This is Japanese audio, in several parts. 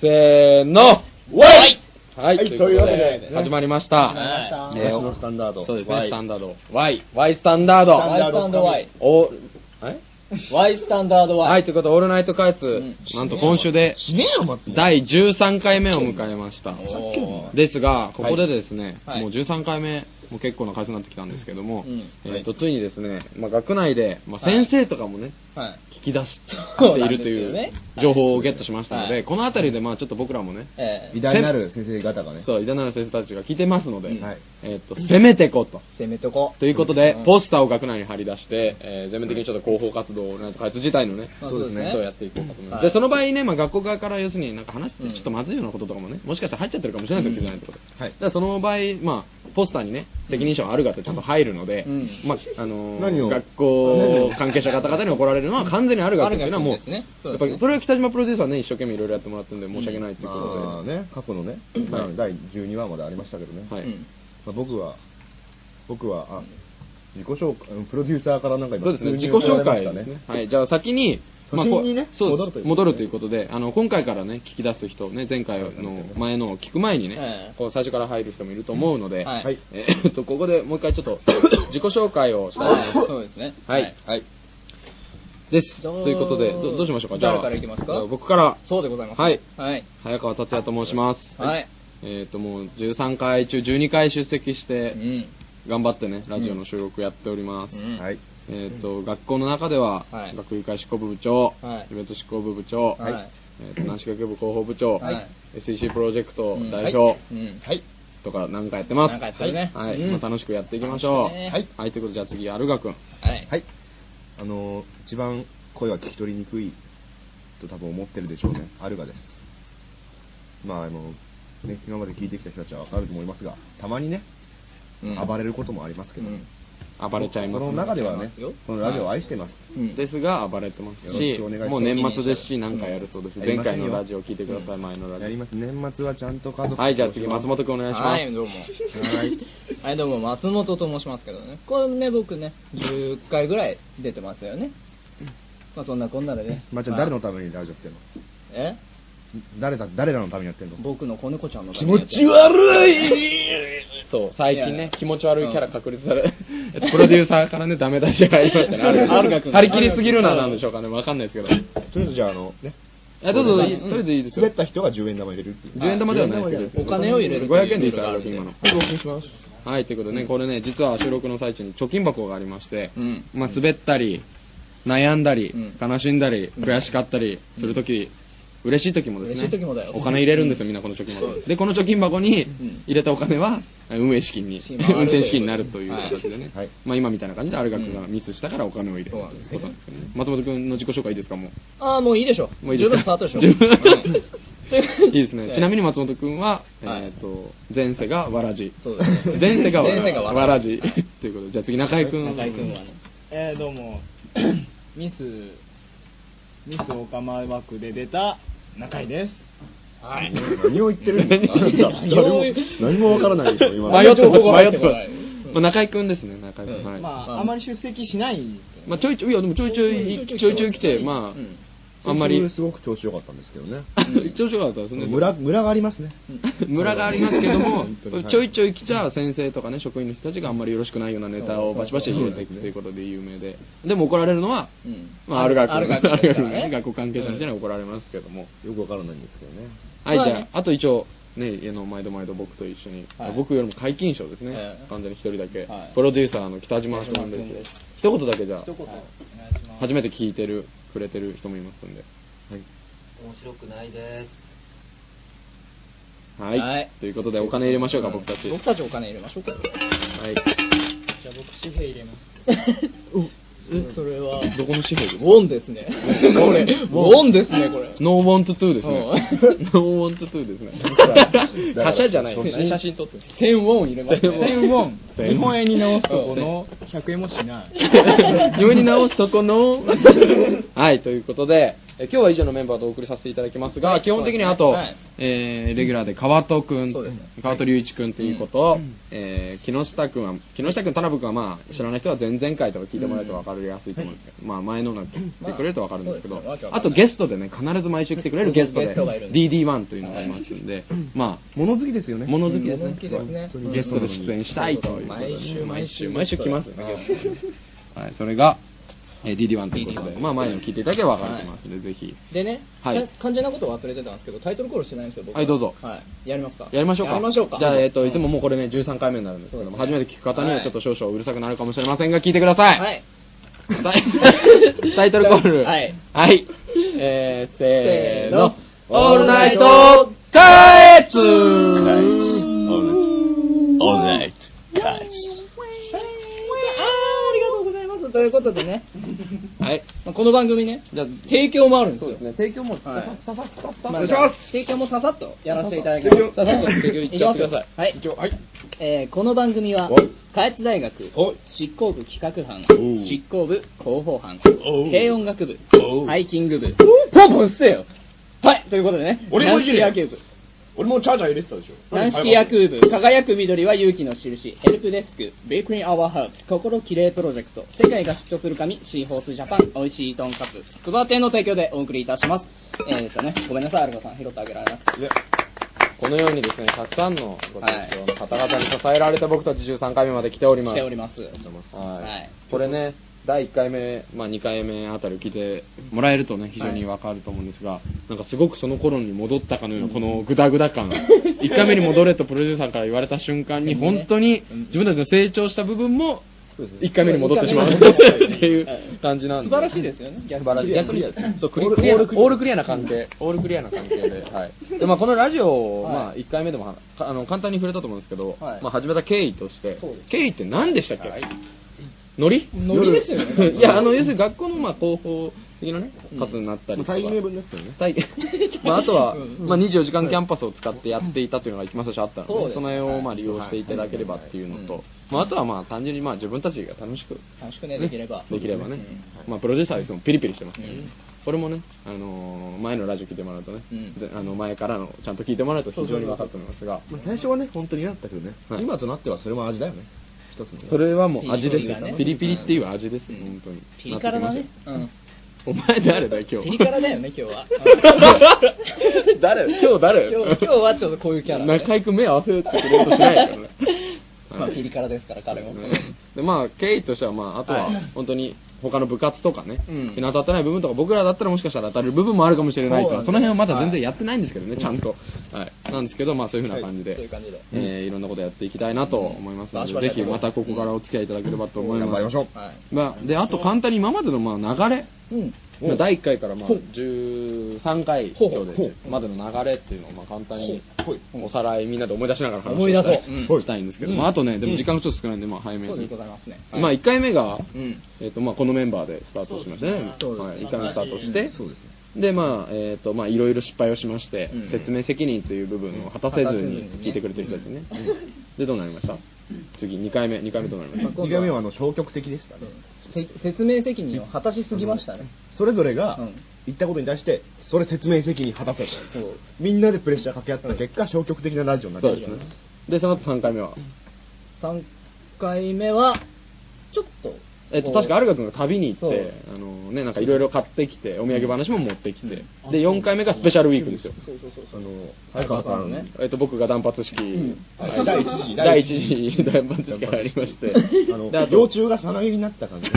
せーのわいはい、はいということというわでけで、ね始まりました。始まりましたえー私のスタンダードそうですね、 Y スタンダード。Y。Y スタンダード。ワイスタンドワイ。お、えワイスタンダードワイ。はい、ということで、オールナイト開通、んなんと今週で、死ねよ松本第13回目を迎えました。おーですが、ここでですね、はいもう13回目、もう結構な回数になってきたんですけども、うんえーと、ついにですね、まあ、学内で、まあ、はい先生とかもね、はい。聞き出しているとそうなんいでうすよねはい情報をゲットしましたのはで、いこの辺りで、まあ、ちょっと僕らもね、え偉大なる先生方がねそう、稲田先生たちが聞いてますので、うんはいえっと、攻めてこうと。ー、攻めとこということでうん、ポスターを学内に貼り出して、えー全面的にちょっと広報活動、なんと開発自体のね、まあそうですねそうやっていこうかと思います。はいで、その場合ね、まあ、学校側から要するに、なんか話してうんちょっとまずいようなこととかもね、もしかしたら入っちゃってるかもしれないですよ、うん聞いてないってことで。はいだからその場合、まあ、ポスターにね、責任者はあるがってちゃんと入るので、うんまあ、あのー何を学校関係者方々に怒られるのは完全にあるがっていうのはもう、あるがってですねそやうっですぱねりそれは北島プロデューサーね、一生懸命いろいろやってもらってるんで、申し訳ないっていうことで。まあね過去のねまあ第12話までありましたけどねはいうんまあ僕は僕はあ自己紹介うんプロデューサーからなんか今そうですね、自己急に言紹われま介したですね。はい、じゃあ先に、都こ心にねそう戻るでとすいうことで戻るということで、あの、今回からね、聞き出す人、ね、前回の前のを聞く前にえねえ、こう最初から入る人もいると思うので、はいはいえっと、ここでもう一回ちょっと自己紹介をしたいと思いまそうですね。す。はい。。はい。です。どうということで、どどうしましょうか、じゃあ。誰からいきますかじゃあ僕から、そうでございます。はいはい。早川達也と申します。はい。えっと、もう13回中12回出席しうて、ん。頑張ってね、ラジオの収録やっております。うんはいえー、と学校の中では、はい学友会執行部部長、はいイベント執行部部長、はいえー、と軟式学部広報部長、はい SEC プロジェクトうん代表はいうん。はい。とかなんかやってます、なんかやってるねはいうんまあ、楽しくやっていきましょう、楽しいねはいはい、ということでじゃあ次アルガ君はい。はいあのー一番声は聞き取りにくいと多分思ってるでしょうねアルガですまああのね今まで聞いてきた人たちは分かると思いますがたまにねうん暴れることもありますけうどん。暴れちゃいます、この中ではね暴れちゃいますよこのラジオを愛してますうんですが暴れてますしよろしくお願いしますもう年末ですし何かやるそうです、うん前回のラジオ聞いてください、前のラやジります年末はちゃんと家オ族はいじゃあ次松本君お願いします、はい、どうも。はい。はい、どうも、松本と申しますけどね。これね、僕ね、10回ぐらい出てますよね。まあ、そんなこんなでね。まあじゃあ誰のためにラジオやってんのえ誰だ誰らのためにやってんの僕の子猫ちゃんの気持ちは悪いそう最近いやね気持ち悪いキャラ確立され、えっとプロデューサーからねダメ出しがありました ねあるあるが君張り切りすぎるななんでしょうかねわかんないですけどとりあえずじゃああのねえどうぞうんいいとりあえずいいです滑よった人が10円玉入れるっていう10円玉ではないですけどお金を入れる500円でいいですよあるが君今のはいお送りしますはいということでねこれね実は収録の最中に貯金箱がありまして、うんまあ滑ったり悩んだり、うん悲しんだりうん悔しかったりするとき、嬉しい時もですね嬉しい時もだよお金入れるんですよみんなこの貯金そう箱ででこの貯金箱にん入れたお金は運営資金に資金回る運転資金になるという形でね、はいまあ、今みたいな感じでアルガ君がミスしたからお金を入れるとそういなんですうことなんですけどね松本君の自己紹介いいですかもああ、もういいでしょ。うもういいです十分か伝わったでしょ。十 分うんとういいですねちなみに松本君は、はいえー、と前世がわらじそうですね前世がわら前世じがわらじわらじということでじゃあ次中居君中居君はね、えー、どうも ミスミスオカマ枠で出た中井ですはい。何を言ってるんですか何誰をも何もわからないでしょ 今の迷って情報まが入す迷ってってこまないすまあ中居君ですね中居君、うんはいままあ、ああまり出席しないんですけど、ね、ちょいちょいいやでもちょいちょいちょいちょい来てまあ、うんあんまり先週すごく調子良かったんですけどねうん調子良かったですね村村がありますね村がありますけども本当にはいちょいちょい来ちゃう先生とかね職員の人たちがあんまりよろしくないようなネタをバシバシ入れていくということで有名ででも怒られるのは、うんまあ、ある学校ある学校ですからね ある学校学校関係者みたいに怒られますけども、よくわからないんですけどねはいまあじねゃああと一応ね、家の毎度毎度僕と一緒に、はい僕よりも皆勤賞ですね、ええ完全に一人だけ、はいプロデューサーの北島君です北島君です一言だけじゃあ一言お願いします初めて聞いてるくれてる人もいますんではい面白くないです。はい、はいということでお金入れましょうか、僕たち僕たちお金入れましょうか。はいじゃあ僕紙幣入れますそれは、どこの紙幣ですウかォンですね。これ、ウォンですね、これ。ノーワントゥトゥです ね。ノーワントゥトゥです ね。だからカシャじゃない初です心ね。 写真撮ってます。 1000ウォン入れますね。 1000ウォン1000日本円に直すとこの100円もしない 読み直すとこの。はい、ということで、え今日は以上のメンバーとお送りさせていただきますが、はい基本的にあと、そうですねはいえーレギュラーで川戸くん、そうですね川戸隆一くんということ、えー木下くんは、木下くん、田辺くんはまあ、知らない人は前々回とか聞いてもらえると分かりやすいと思うんですけど、まあ前のなんか聞いてくれると分かるんですけど、まあそうですねわけわかんないあとゲストでね、必ず毎週来てくれるゲストゲで、ストがいるんで DD1 というのがいますんで、まあ、物好きですよね。物好きです物ね好きですねすごいゲストで出演したいということで毎週毎週毎毎週週来ますよねはいゲストねはいそれがえー DD1 ということ DD1 でまあ前の聞いていただければ分かると思いますのでぜひでね、はいか肝心なこと忘れてたんですけど、タイトルコールしてないんですよ、僕。はいどうぞはい。やりますか。やりましょうかやりましょうか。じゃあえっといつもうんもうこれね13回目になるんですけどもそうで初すねめて聞く方にははいちょっと少々うるさくなるかもしれませんが聞いてくださいはい。タイ タイトルコールはいはいえーせーのせーのオールナイトカエツありがとうございます。ということでね、はいまあこの番組ね、じゃあ提供もあるんですよ。ね提供もはいさささささまお願あいします提供もささっとやらせていただき提ます。供ささっと提供いっちゃってくださいはい一応はいえーこの番組はおい、下越大学おい執行部企画班おう、執行部広報班おう、軽音楽部おう、ハイキング部、ポンポンせよはい、ということでね、俺もいじれ軟式野球部、俺もチャージャー入れてたでしょ軟式野球部、輝く緑は勇気の印、ヘルプデスク、ベークリンアワーハウス、心きれいプロジェクト、世界が嫉妬する神、シーホースジャパン、おいしいトンカツ、スバ店の提供でお送りいたします。えっ、ー、とね、ごめんなさい、アルコさん、拾ってあげられなくて。このようにですね、たくさんのご提供の方々に支えられて僕たち13回目まで来ております。来ております。はいはいこれね、第1回目、まあ、2回目あたり来てもらえるとね、非常にわかると思うんですが、なんかすごくその頃に戻ったかのような、このグダグダ感、1回目に戻れとプロデューサーから言われた瞬間に、うん本当にうん自分たちの成長した部分も、1回目に戻ってしまう一っ回目に戻ってしまうていう感じなんで。素晴らしいですよね素晴らしい。逆逆にに、そう、クリクリアな、オールクリアな関係、オールクリアな関係 で、はい。で、まあ、このラジオを、はいまあ、1回目でもは、かあの、簡単に触れたと思うんですけど、はいまあ、始めた経緯としてそうです、経緯って何でしたっけ、ノリノリですよね夜いや、あの、要するに学校の、まあ、広報的なね、活動になったりとか。大義名分ですけどね。 大まあ、あとは、うんまあ、24時間キャンパスを使ってやっていたというのが一番最初あったので、そうそですの辺を、まあ、利用していただければっていうのと、まあ、あとは、まあ、単純に、まあ、自分たちが楽しく、楽しくね、できれば。できればね、うんまあプロデューサーはいつもピリピリしてます、うんこれもね、あのー前のラジオ聞いてもらうとね、うんであの前からのちゃんと聞いてもらうと非常に分かると思いますがまあ最初はね、本当に嫌だったけどね、はい今となってはそれも味だよね、一つの。それはもう味でピすリピリがねねピリピリっていう味です、うん本当にピリ辛だね。うん。お前誰だよ今ピ日リ辛だよね、今日は。誰今日誰今日今日はちょっとこういうキャラね中居君目合わせてくれようとしないからねまあ、ピリ辛ですから、彼も。でまあ経緯としては、まあ、あとは本当に他の部活とかね、うん日の当たってない部分とか僕らだったらもしかしたら当たる部分もあるかもしれないとかそうなんだその辺はまだ全然やってないんですけどね、ちゃんと、はい、なんですけど、まあ、そういうふうな感じで、はいそういう感じでえーいろんなことやっていきたいなと思いますので、うんぜひまたここからお付き合いいただければと思います、頑張りましょう。はい。まあ、であと簡単に今までのまあ流れうん。まあ第1回からまあほう13回ほう今日でまでの流れっていうのをまあ簡単にほうおさらいみんなで思い出しながら話を思い出そうしたいしたいんですけど、うんまあ、あとねでも時間がちょっと少ないんで、まあ、早めそうでにございますね。まあ、1回目が、うん。えっとまあ、このメンバーでスタートしましたね、そうですねはい、1回目スタートして、そうですね。でまあえっとまあいろいろ失敗をしまして、うん説明責任という部分を果たせずに果たせずにね聞いてくれてる人ですね、でどうなりました次2回目2回目どうなりました、今2度は回目はあの消極的でしたね。せ説明責任を果たしすぎましたね。それぞれがうん言ったことに対して、それ説明責任果たせとそう。みんなでプレッシャーかけ合った結果、消極的なラジオになっちそゃうっでたすねでその後3回目は、 3回目は、ちょっと。えっと、確かアルがガ君が旅に行っそうてあの、ね、なんかいろいろ買ってきてお土産話も持ってきて、で4回目がスペシャルウィークですよ、そうそうそうそあう。の、早川さんねえっと、僕が断髪式、はい第一次第一次断髪式がありましてあのであと幼虫がさなぎになっ た感じ。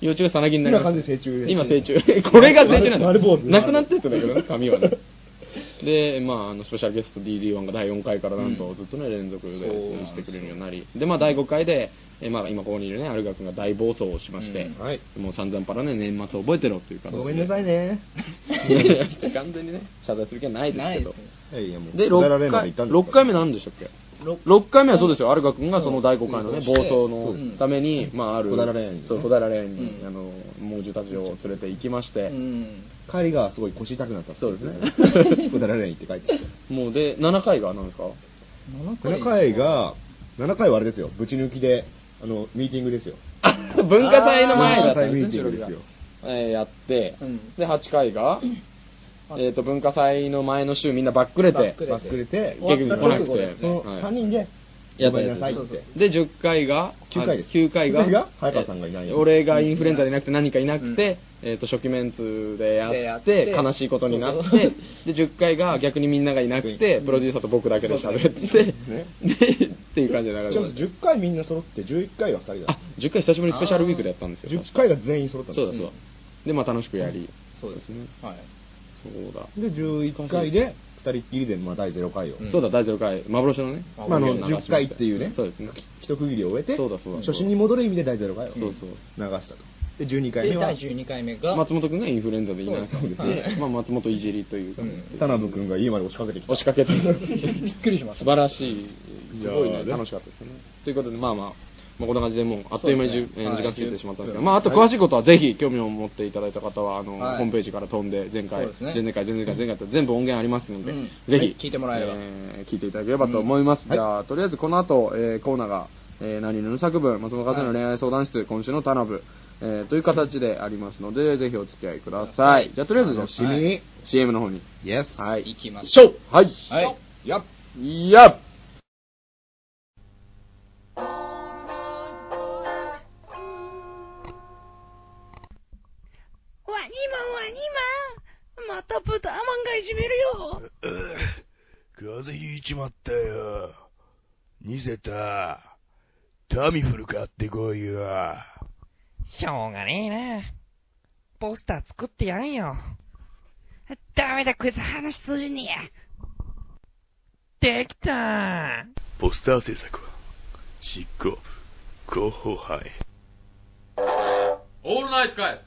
幼虫がさなぎになりました今完全成虫です今成虫 これが成虫なんだ丸坊主なくなってったんだけどね髪はねでまああのスペシャルゲスト DD1 が第4回からなんとずっとね連続で出演してくれるようになりでまあ第5回でえまあ今ここにいるねアルガ君が大暴走をしまして、うんはいもう散々パラね年末覚えてろっていう形でごめんなさいね。いやいや 完全にね謝罪する気はないですなけいでどすねいやいやもうでくだらねえ6のが回言ったんです6回目なんでしたっけ六6回目はそうですよ、アルガ君がその第5回のね、うん暴走そうのために、まあ、ある、小平レーンにそう、小平レーンに、うんあの、猛獣たちを連れて行きまして、うん。帰りがすごい腰痛くなったそうですね くだらねえって書いてあってもうで、7回が何ですか7回が7回はあれですよぶち抜きであのミーティングですよ文化祭の前だった文化祭ミーティングですよえーやって、うんで8回が、えー、と文化祭の前の週みんなバックレてバックレバックれて、結局来なく終わった直後でてすそのはい3人で、やっごためんやなつさいって。で10回が9回です。 9回が誰が早川さんがいないえー俺がインフルエンザでなくて何かいなくて、えー、と初期メンツででややっってて悲しいことになっそうそてで10回が逆にみんながいなくてプロデューサーと僕だけで喋って、でっていう感じで流ちれてょました10回みんな揃って、11回は2人だあ。10回久しぶりにスペシャルウィークでやったんですよ10回が全員揃ったんそうだそうだ、でまあ楽しくやり、そうですね。はい。そうだ、で、11回で、2人っきりで、まあ、第0回を。うんそうだ第0回幻のねまあ、あの10回っていうね、そうですね一区切りを終えて、そうだそうだ初心に戻る意味で第0回をそうそう流したと。で、12回で、目は第、12回目が、松本君がインフルエンザでいなくそうですねはて、いまあ、松本いじりというか、うん田辺君が家まで押しかけてきた。押しかけてびっくりしまし素た。晴らしいすごいねいやー楽しかったですねということでまあまあまあ、こんな感じでもうあっという間にじゅそうですえねーは時い間過ぎてしまったんですけど、うんまあ、あと詳しいことはぜひ興味を持っていただいた方はあの、はいホームページから飛んで前回、そうですね前々回前々回前々回と全部音源ありますので、うんぜひ、はい聞いてもらえればえー聞いていただければと思います、じゃあとりあえずこの後、えーコーナーが、えー、何々の作文松本和也の恋愛相談室、今週の田辺、えーという形でありますのでぜひお付き合いください、じゃあとりあえず楽しみはい CM の方にイエス。はい行きまししょはいょう。はい。やっいやっわにまわにままた豚マンがいじめるよ風邪ひいちまったよ。ニセタ、タミフル買ってこいよ。しょうがねえな。ポスター作ってやんよ。ダメだ、こいつ話通じねえ。できたポスター制作は、執行、広報杯。オールナイトカイツ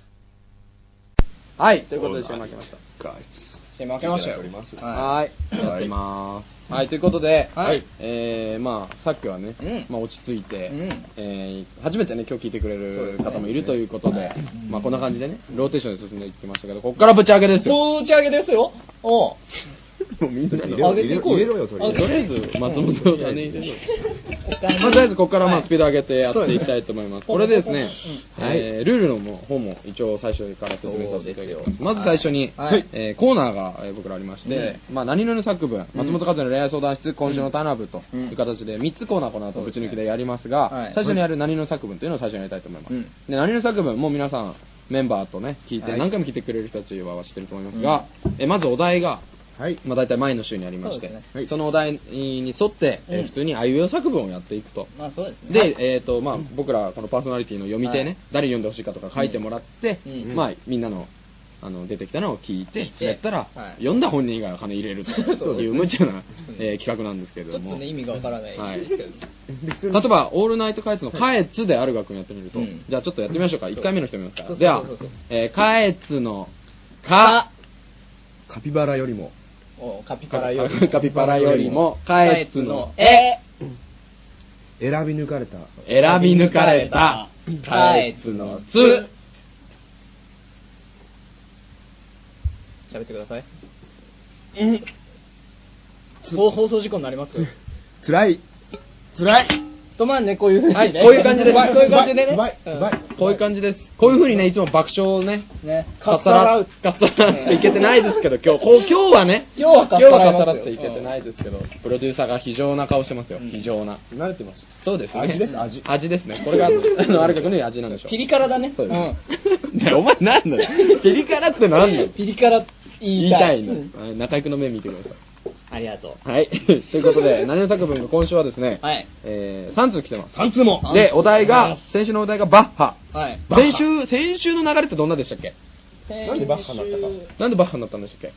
はい、ということで CM 開けました。して負けましたよ。ははい、やってます。はい、ということで、はい、えー、まあ、さっきはねうん、まあ、落ち着いてうん、えー初めてね、今日聞いてくれる方もいるということで、まあ、こんな感じでね、ローテーションで進んでいきましたけど、ここからぶち上げですい。よ。もう打ち上げですよ。おう。もうみんなの入れろ上げていこう入れよろよ、とりあえと上ずりあえず、松本さんに入れるまあ、とりあえずここからまあスピード上げてやっていきたいと思います。これでですね、えールールのも方も一応最初から説明させていただきます。まず最初に、はいえーコーナーがえー僕らありまして、まあ、何々の作文、松本和也の恋愛相談室、今週の田辺とうんいう形で3つコーナーこの後ぶち抜きでやりますはがい、最初にやる何々の作文というのを最初にやりたいと思います。うんで何々の作文、もう皆さん、メンバーとね、聞いて、はい何回も聞いてくれる人たちは知ってると思いますが、えーまずお題が、はい。まあ、大体前の週にありましてそうでそ,、のお題に沿って、えーうん普通にあいうえお作文をやっていくと、まあそうですね。で、えーとまあ、僕らこのパーソナリティの読み手ね、はい誰に読んでほしいかとか書いてもらって、うんまあ、みんなのあの出てきたのを聞い聞ていて滑ったら、はい読んだ本人以外は金入れ るという無茶な、えー企画なんですけれちょどっも、とね、意味がわからないはいですけど。例えば「オールナイトカエツ」の「カエツ」であるがくんやってみると、うんじゃあちょっとやってみましょうか1回目の人見ますかそうそうではそうそう、えー、カエツの「カ」カピバラよりも、おうカピカラよりも。カピパラよりも「カカエエツツのの「え」絵。選び抜かれた、選び抜かれた、カエツのつ。喋ってください。そう放送事故になりますよ。辛い、辛い。とまあね、こういうふうにね。はいこういう感じですこういう感じでね。うまいううんまいうまいこういう感じです。こういうふうにね、いつも爆笑をね、ね。かっかっささららうう。、かっさらっていけてないですけど、今日、こう今日はね、今日はかっ今さ日らはえかっさらますよっていけてないですけど、プロデューサーが非常な顔してますよ。非常な。慣れてます。そうですね。味です味ですね。これが、あの、ある曲の味なんでしょう。ピリ辛だね。そうですねん。ねお前なんだよ。ピリ辛ってなんだよ。ピリ辛言言いいたたいい。のうん。はい中居君の目見てください。ありがとう。はい。 ということで、何の作文が今週はですね、はいえー、3通来てます。 3つもで、お題が、先週のお題がバッハ。はい。先週、先週の流れってどんなでしたっけなんでバッハになったかなんでバッハになったんでしたっけ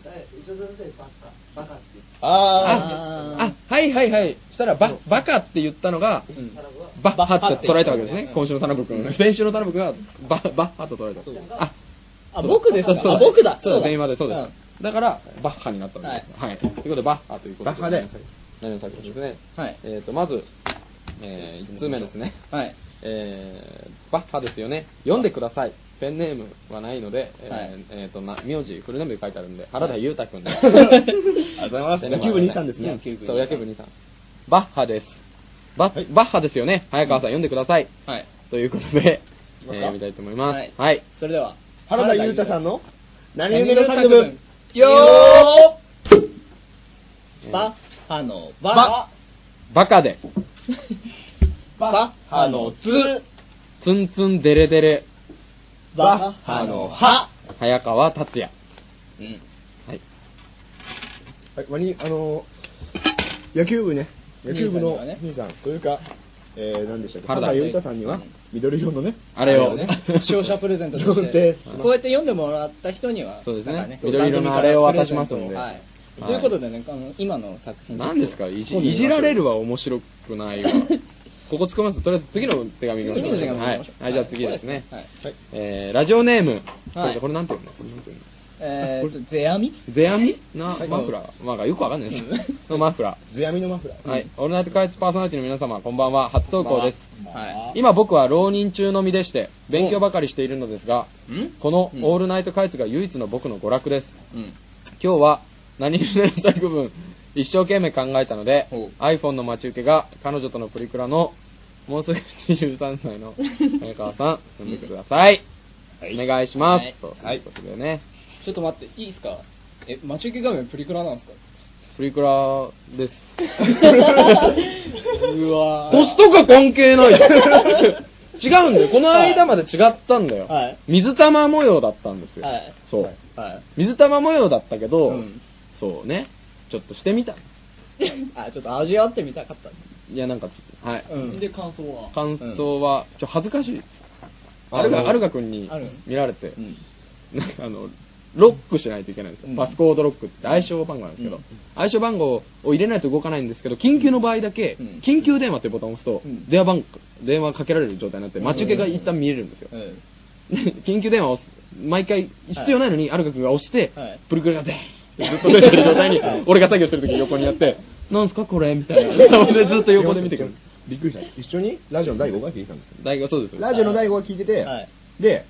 歌え後ろでバカ、バカって言っあ、はいはいはい。したらバ、バカって言ったのが、てたのが、バッハって捉えたわけですうねん。今週の田辺君が。先週の田辺君がバ、バッハと捉えた。あ、あ、僕ですそうか。だあ、僕だ。そうだ、電話で、そうでんす。だから、バッハになったわけです。はい。ということで、バッハということで。バッハで。何の作品ですね。はい。えっと、まず、え1通目ですね。はい。えーバッハですよね読んでくださいペンネームはないので、えーはいえーとな名字フルネームで書いてあるんで原田裕太君で、ありがとうございます。野球部兄さんですね。そう野球部兄さんバッハですバッ,、バッハですよね早川さん、読んでくださいはい。ということで、きますか、えー、見たいと思います。はい。それでは原田裕太さんの何何夢夢のの作作文文よバッハのバババカで、バッハのツツンツンデレデレ、バッハのハ早川達也。うんはい。はい、まあに、あのー野球部ね、野球部の兄兄さんというか、えー、何でしたっけ、原田原田裕太さんにうはん、緑色のね、あれを。視聴者プレゼントとし贈呈てしますこうやって読んでもらった人にはそうですねなんか緑色のあれを渡しますのではいはいということでねあの今の作品何ですかいじ今度いじられるは面白くない わ。ここ突っ込みますと、とりあえず次の手紙次がの手紙行きはましょいうはい、じゃあ次ですね。はいえー、ラジオネーム。はいこれなんて読むのこれなんて読むのえーと世阿弥ゼアミなマフラー。まあ、よくわかんないです。のマフラ世阿弥のマフラー。ー。はい。オールナイトカイツパーソナリティの皆様、こんばんは。初投稿です。は今僕は浪人中の身でして、勉強ばかりしているのですが、いんこのうんオールナイトカイツが唯一の僕の娯楽です。うん今日は何々の作文一生懸命考えたのでほ iPhone の待ち受けが彼女とのプリクラのもうすぐ23歳 の早川さん読んでください、お願いします、はいということでねちょっと待っていいですかえ待ち受け画面プリクラなんですかプリクラですうわーコストが関係ない じゃん違うんだよこの間まで違ったんだよ、はい水玉模様だったんですよ、はいそう、はい水玉模様だったけど、うんそうねちょっとしてみたあちょっと味わってみたかったいやなんかはい、で感想は感想は、ちょ恥ずかしいあアルあガのアルガ君にある見られてう、んなんかあのロックしないといけないんですよ、うんパスコードロックって暗証番号なんですけど、うん暗証番号を入れないと動かないんですけど緊急の場合だけ、うん緊急電話っていうボタンを押すと、うん電話番電話かけられる状態になって待ち受けが一旦見えるんですよ、うん 緊急電話を押す毎回必要ないのに、アルカ君が押して、はいプリクラがデーンってずっと出てる状態に俺が作業してる時に横にやって「なんすかこれ」みた いな顔でずっと横で見てくるびっくりした。一緒にラジオの第5回聞いたんですよ。大学そうですよラジオの第5回聞いてて、はいで、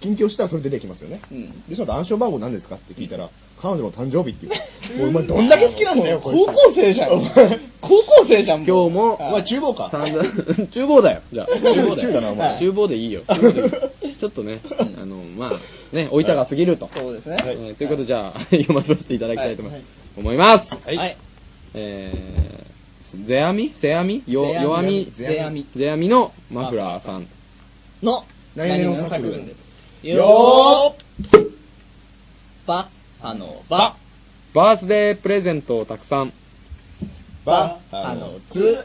緊急したらそれ出てきますよね。うんで、その後暗証番号何ですかって聞いたら、彼女の誕生日っていう。もうお前どんだけ好きなんだよ、こいつ高校生じゃん高校生じゃん今日も、はい房か。厨房だよ。じゃあ、厨房だよ。中だなお前はい厨房でいいよ。厨房でいいよ ちょっとね、あの、まあ、ね、置いたが過ぎると。そうですねえーということで、じゃあ、 読ませていただきたいと思います思います。はいえー、世阿弥世阿弥よ世阿弥弱み世阿弥世阿弥のマフラーさん。の何々のの作作文文ですよーバッハのババースデープレゼントをたくさん、バッハのツ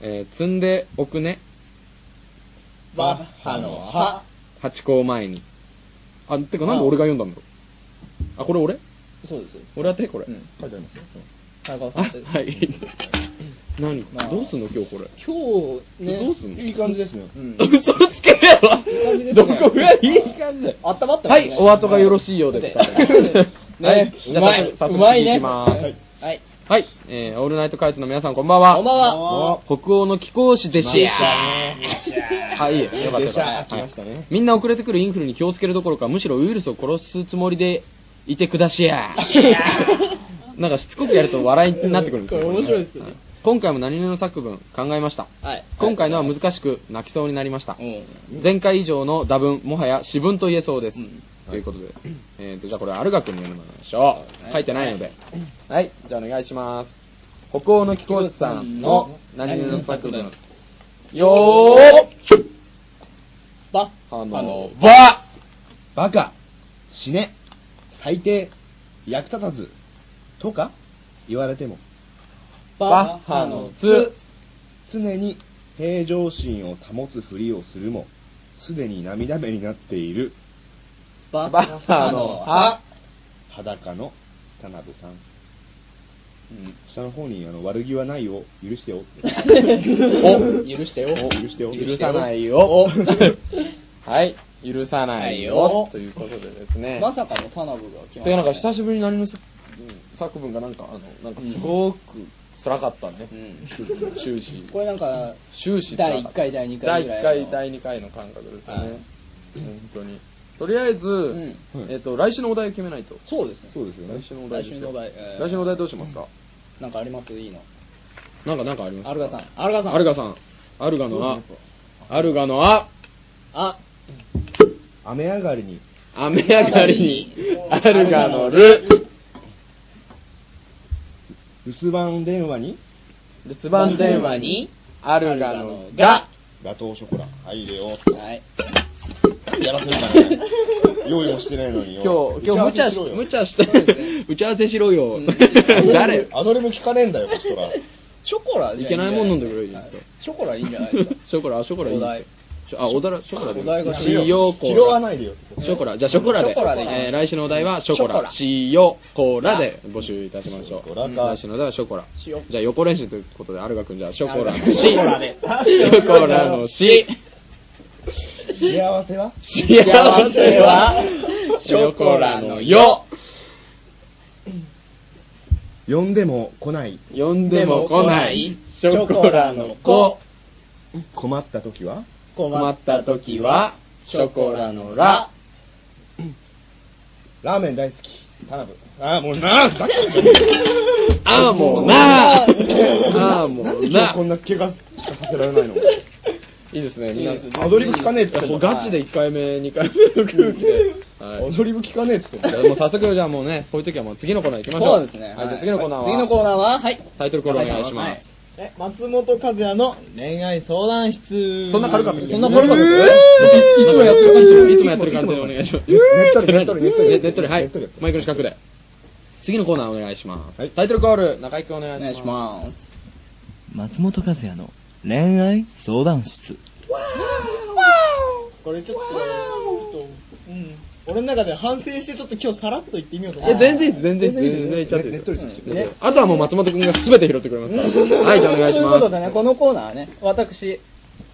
えー積んでおくね。バッハのハ八校前に。あ、てかなんで俺が読んだんだろう。あ、これ俺そうですよ俺やってこれ。うん書いてありますよ田中あさんですはい。何まあどうすんの今日これ。今日ねどうすんのいい感じですね。うん嘘つけやろ感じですねどこがいい感じだよあったまったもはんねい、お後がよろしいようで。ですはいね、じうゃまあい早速うまいね行きますはいはい、えーオールナイトカイツの皆さんこんばんは。こんばんは北欧の気候士でしはい、よかったよかでしゃーった来ましたはいね。みんな遅れてくるインフルに気をつけるどころか、むしろウイルスを殺すつもりでいてくだしや。なんかしつこくやると笑いになってくるんですよこ れ面白いですよねは今回も何々の作文考えました。はい今回のは難しく泣きそうになりましたう。ん前回以上の打分、もはや詩文と言えそうです。うんということで、えー、とじゃあこれ、アルガ君に読むのでしょそうですねう。書いてないので。はい、じゃあお願いします。北欧の貴公子さんの何々の作文。よーバッああのの、ばバカ、死ね、最低、役立たず、とか言われても、バッハのつ常に平常心を保つふりをするも、すでに涙目になっているババッハのは裸の田辺さん。下の方にあの悪気はないを許してよって。お許してよお許してよ許さないよ。 はい、許さないよは。いということでですね。まさかの田辺が来ましたでなんか久しぶりに何の作作文がなんかあのなんかすごく辛かったね、うん終始 これなんか終始辛かった第一回第二回ぐらい第1の回第2回の感覚ですよはね、い本当にとりあえず、んえっと来週のお題を決めないとそうですねそうですよね来。週のお題ですよ来週のお題えー来週のお題どうしますか、なんかありますいいのなんかなんかありますかアルガさんアルガさんアルガさんアルガのあアルガのああ、雨上がりに雨上がりに、アルガのル、留守番電話に留守番電話に、アルガのが、ガトーショコラ入れよはい。やらせるからね用意もしてないのに今日、今日無茶し、無茶して、打ち合わせしろよ。 誰アドリブ聞かねえんだよこっちとらショコラいけないもん飲んでくれるじゃんはいショコラいいんじゃないですか。ショコラ、ショコラいいですよ。あ、おだら、ショコラでいい。お題がしよこら拾わないでよショコラ、じゃあショコラで。ショコラでえー来週のお題はショコショコラ、ラしよこらで募集いたしましょシう。ョコラか来週のお題はショコラ。しじゃよあ横練習ということで、アルガ君じゃあショコラのし、シショコラでョコラのし、幸せは幸せは、ショコラのよ、呼んでも来ない呼んでも来ない、ショコラの子、困った時は困った時は、ショコラのラ、ラーメン大好き田辺ああもうなあふざけんじゃねあーもうなあーもえう今日なこんな怪我しかさせられないのいいですね、みんいいですねな。アドリブ聞かねえって言ってんだガチで1回目、2回目の空気で。はいアドリブ聞かねえっつってんじだゃあもう早速、じゃあもうね、こういう時はもう次のコーナー行きましょう。そうですね。はい、じゃあ次のコーナーは、次のコーナーは、はい。タイトルコールお願いします。え、松本和也の恋愛相談室。そんな軽かったっけそんな軽かったっけいつもやってる感じの、いつもやってる感じでお願いします。ねっとりねっとりねっとりねねっとり、はねっいとりやって。るマイクの近くで。次のコーナーお願いします。はいタイトルコール、中井くんお願おい願いししまます。松本和也の恋愛相談室。これちょっと、ちょっと、うん。俺の中で反省して、ちょっと今日さらっと言ってみようとす。思え、っ全て。然いいです、全然いいです。全然いっちゃっていいです。ねあとはもう松本くんが全て拾ってくれますから。 はい、じゃあお願いしというまことでね、す。このコーナーはね、私、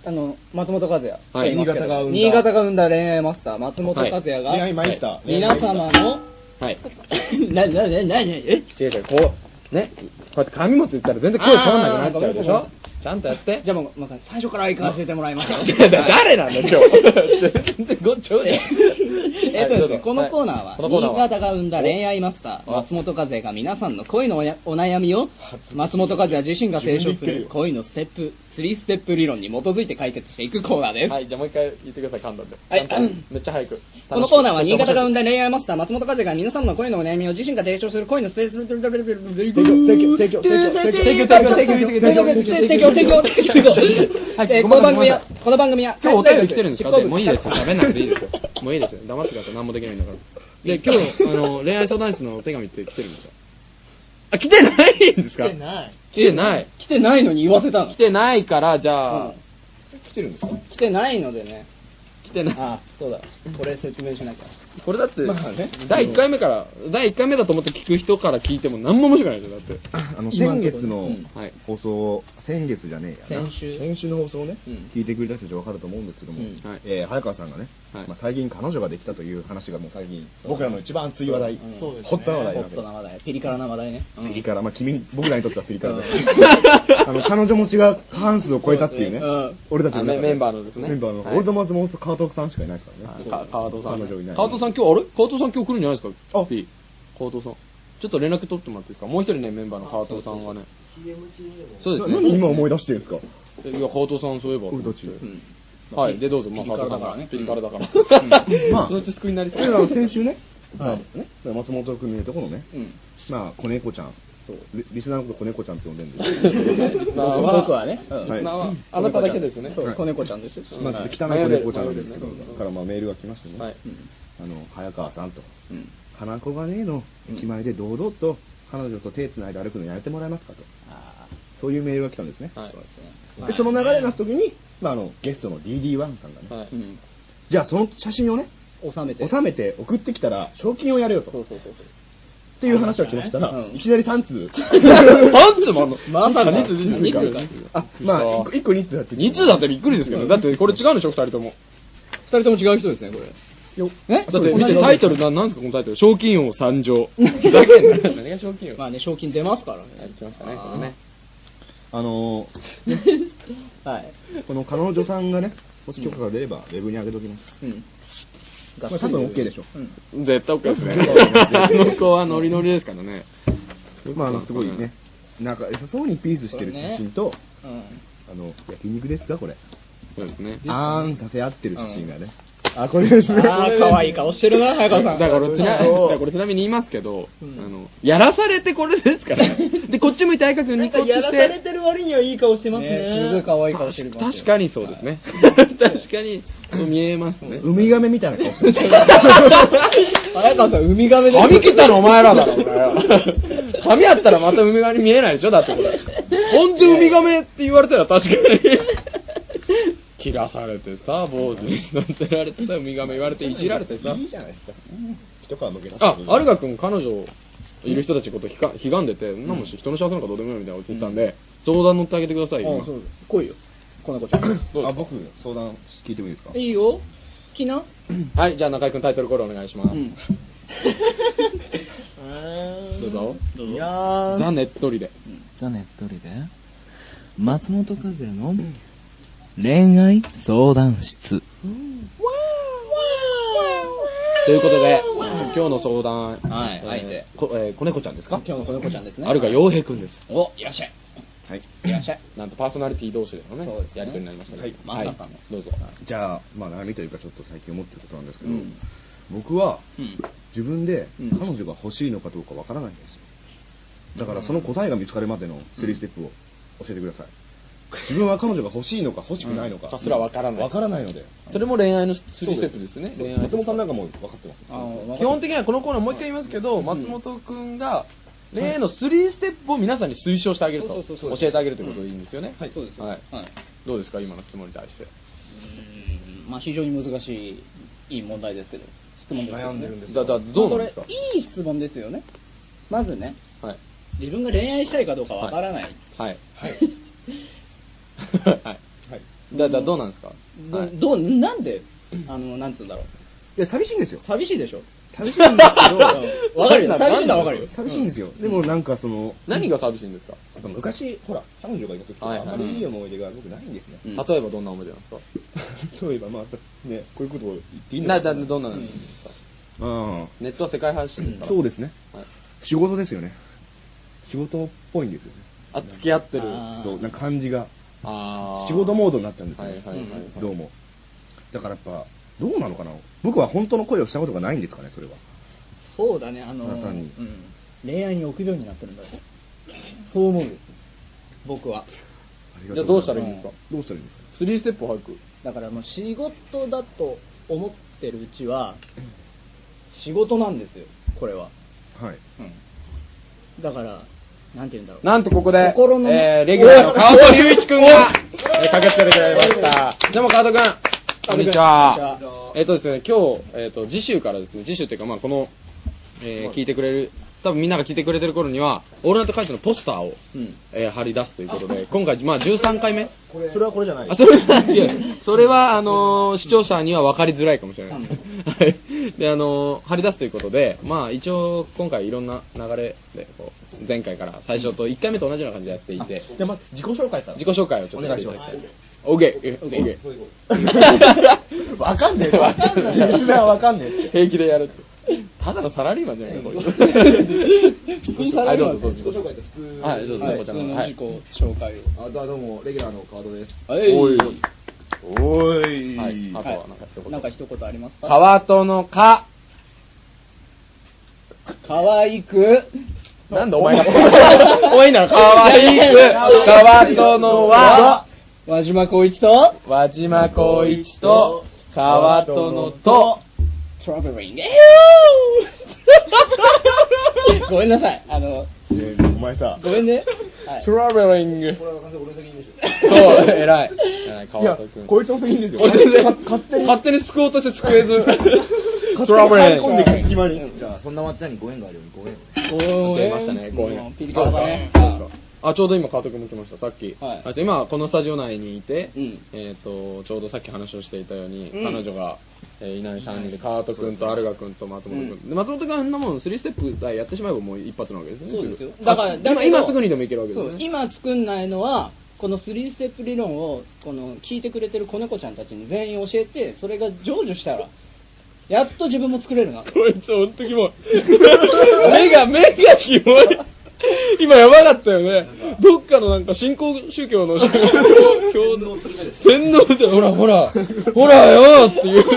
あの、松本和也。はいと言いますけど新潟が生んだ新潟が生んだ恋愛マスター、松本和也が、恋愛参った皆様の、はい。 な、な、な、な、な、え違う違う、こう、ね、こうやって紙持って言ったら全然声通らなくなっちゃうでしあょーごめんごめんちゃんとやってじ。ゃあもう、まあ、最初から行かせてもらいますよ。 誰なんだ今日。全然ごっちょうね。えっとですね、このコーナーは、このコーナー新は潟が生んだ恋愛マスター、松本和也が皆さんの恋のおやお悩みを、松本和也自身が提唱する恋のステップ、3ステップ理論に基づいて解決していくコーナーです。 はい、じゃあもう一回言ってください、簡単で。はいちゃんとめっちゃ早く。このコーナーは新潟が生んだ。だ恋愛マスター松本和也が皆様の恋のお悩みを自身が提唱する恋のステージ提この番組はこの番組は今日お便り来てるんですかでもういいですよ。喋んなくていいですよ。もういいですよ。黙ってください。何もできないんだから。で、今日、あの、恋愛相談室のお手紙って来てるんですかあ、来てないんですか来てない。来てない。来てないのに言わせたの来てないから、じゃあ、来てるんですか来てないのでね来てない。あそうだこれ説明しなきゃこれだって、まあね第1回目から、第1回目だと思って聞く人から聞いても何も面白くないですよ、だって。あの先月のうんはい放送を、先月じゃねえやな先週先週の放送をね、うん聞いてくれた人たち分かると思うんですけども、うんはいえー早川さんがね、はいまあ、最近彼女ができたという話がもう最近僕らの一番熱い話題、うんそうですねホットな話ホ題なわッけトでな話題ピリ辛な話題ねすピリ辛、まあ、君に僕らにとってはピリ辛だ、うん あの彼女持ちが過半数を超えたっていうね、うん俺たちの中あメメンバーのですねメンバーの、はい俺と松本と川徳さんしかいないですからね、か川戸さん、彼女いない川戸さん今日あれ川戸さん今日来るんじゃないですかあ P 川戸さんちょっと連絡取ってもらっていいですかもう一人ねメンバーの川戸さんがね CM 中にでもそうですな何今ね思い出してるんですかいや川戸さんそういえば俺たちうんはいでどうぞまあピリ川戸さ辛だんからがねピリ辛だからまあそのうち救いになりそう俺らの先週ね、はいまあね松本君のところね、うんまあ、子猫ちゃん。そう。リリスナーのこと子猫ちゃんって呼んでるんでリスナーは 僕はねうんリスナーははいあなただけですねそうはい子猫ちゃんですよす。まあ、ちょっと汚い子猫ちゃんなんですけど、からまあメールが来ましてね。はいうんあの、早川さんと。うん花子がねえの、駅前で堂々と彼女と手つないで歩くのやめてもらえますかと。あそういうメールが来たんですね。はいーですねでその流れの時に、まあ、あのゲストの DD1 さんがね、はいうんじゃあその写真をね、収めて収めて送ってきたら賞金をやれよと。そうそうそうそうっていう話が来ましたら、うんいきなり3 通。3つもあんのまさか2つ2二通つかあ、まあ、1個2通だって。 2通だってびっくりですけどだってこれ違うでしょ2人とも二人とも違う人ですねこれよえだって見てタイトルななんですかこのタイトル賞金王参上ふざけんな 何が賞金王まあね、賞金出ますからね。はい来ましたねこれねあのーあー。はい。この彼女さんがね、もし許可が出れば、ウェブに上げときます。うん。まあ、多分 OK でしょ。うん。絶対 OK です ね。あ の子はノリノリですからね。まあ、あの、すごいね、なんか良さそうにピースしてる写真と、うん。あの、焼肉ですか、これ。そうですね。あーんさせ合ってる写真がね。あ、これですね。あー、可愛い顔して るな、早川さん。だからちなだからこれちなみに言いますけど、あのやらされてこれですから、でこっち向いて相川君ニコッとしてやらされてる割にはいい顔してますね。ねすごい可愛い顔してる確かにそうですね、 確かにそう見えますね、ウミガメみたいな顔してる。早川さん、ウミガメで髪切ったのお前らだろこれ髪やったらまたウミガメに見えないでしょだってこれ本当ウミガメって言われたら確かに切らされてさ坊主になってられてさウミガメ言われていじられてさいいじゃないですか。一皮むけあ、アルガ君、彼女いる人たちのことひか悲願でて、ん、なんもし人の幸せなんかどうでもいいみたいなこと言ってたんで、相談乗ってあげてくださいよ。あ、そう来いよ。この子ちゃん。あ、僕、相談聞いてもいいですかいいよ。きな。はい、じゃあ中居君タイトルコールお願いします。うん。どうぞ。いやー、ザ・ネットリで。ザネットリで松本和也の恋愛相談室ということで、今日の相談、はいえー相手こえー子猫ちゃんですか今日のこの子ちゃんですね。アルガ洋平君です。お、いらっしゃい。はい。いらっしゃい。なんとパーソナリティ同士でのね、そうですねやり取りになりましたけど、はいまさかのどうぞ。じゃあ、まあ、悩みというか、ちょっと最近思ってることなんですけど、うん僕はうん。自分でうん彼女が欲しいのかどうかわからないんですよ。だから、その答えが見つかるまでの3ステップを教えてください。自分は彼女が欲しいのか欲しくないのか、うんさすらわからないわからないので、それも恋愛のスリーステップですね。恋愛松本さんなんかもう分かってます。基本的にはこのコーナーもう一回言いますけど、松本くんが恋愛の3ステップを皆さんに推奨してあげると、そうそうそう教えてあげるということでいいんですよね、はい、そうです。ははいい。どうですか今の質問に対してうんまあ、非常に難しい、いい問題ですけど、質問ですけどね、悩んでるんですだだどうなんですかまあこれいい質問ですよね。まずね、はい自分が恋愛したいかどうかわからない。はいはい はいだだどうなんですか、どはいどうなんで、あの、なんつうんだろう。いや、寂しいんですよ。寂しいでしょ。寂しいんですけど、うんわかるよ。寂しいのはわかるよ。寂しいんですよ。でもなんかその、何が寂しいんですか、昔、ほら、彼女がいた時とか、はいはいあんまりいい思い出が僕ないんですね。うん例えばどんな思い出なんですか、 そういえば、まあ、ね、こういうことを言っていいのなだかなどんなのですか、うん。ネットは世界配信ですからそうですね。はい仕事ですよね。仕事っぽいんですよね。あ付き合ってるあーそう、なんか感じが、あ仕事モードになったんですよはいねはいはいはい、どうも。だからやっぱ、どうなのかな僕は本当の恋をしたことがないんですかね、それは。そうだね、あの、あなたうにん、恋愛に臆病になってるんだよ。そう思うよ。僕は。ありがとござじゃあどうしたらいいんまですかどうしたらいいんですか3ステップを早くだからもう仕事だと思ってるうちは仕事なんですよこれは、はい。だからなんて言うんだろうなんとここで、心のねえーレギュラーの川戸隆一くんが、えー駆けつけてくれました。でも川戸くん、こんにちこんにちはは。えっ、とですね、今日、えっ、と、次週からですね、次週っていうか、まあこの、えー聞いてくれる、多分みんなが聞いてくれてる頃には、オールナイト会社のポスターを、うんえー貼り出すということで、今回、まあ13回目。それはこれじゃないあそれは違うそれはあのー視聴者には分かりづらいかもしれない、はいであのー張り出すということで、まあ、一応今回いろんな流れでこう前回から最初と1回目と同じような感じでやっていてじゃあまず自己紹介から自己紹介をちょっとしていただきたい OK OK わかんねえわかんねえ。リスナーわかんねえ。平気でやるってただのサラリーマンじゃないか これ普通にサラリーマン自己紹介と普通はいどうぞはいこ普ち通らのはいの自己紹介をあ、どうも、レギュラーのカードです。はいおいおい、はいあとはななんんかか一言ありますか川戸のか可愛くなんでお前がお前いいならかわいく川戸のは和島光一と輪島光一と川戸のとトラベリング ごめんなさいあのえーお前さ、ごめんね、はい、トラベリングそう偉い偉い川戸君こいつの責任ですよ。 勝手に勝手に救おうとして救え ずトラベリング決まり。じゃあそんなまっちゃんにご縁があるようにご縁を出ましたねごめんもうピリ辛だねどうですかあちょうど今川戸君も来ましたさっき、はいあ今このスタジオ内にいて、うんえっ、とちょうどさっき話をしていたように、うん彼女が、えーいない3人で川戸君とアルガ君と松本君、うで松本君はあんなもん3ステップさえやってしまえばもう一発なわけですねそうですよぐだからあだけど今今すぐにでもいけるわけですそうよね今作んないのはこの3ステップ理論をこの聞いてくれてる子猫ちゃんたちに全員教えてそれが成就したらやっと自分も作れるなこいつ本当キモい目が目がキモい今やばかったよね。どっかのなんか信仰宗教 の教のする天皇って、ほらほら、ほらよっていう、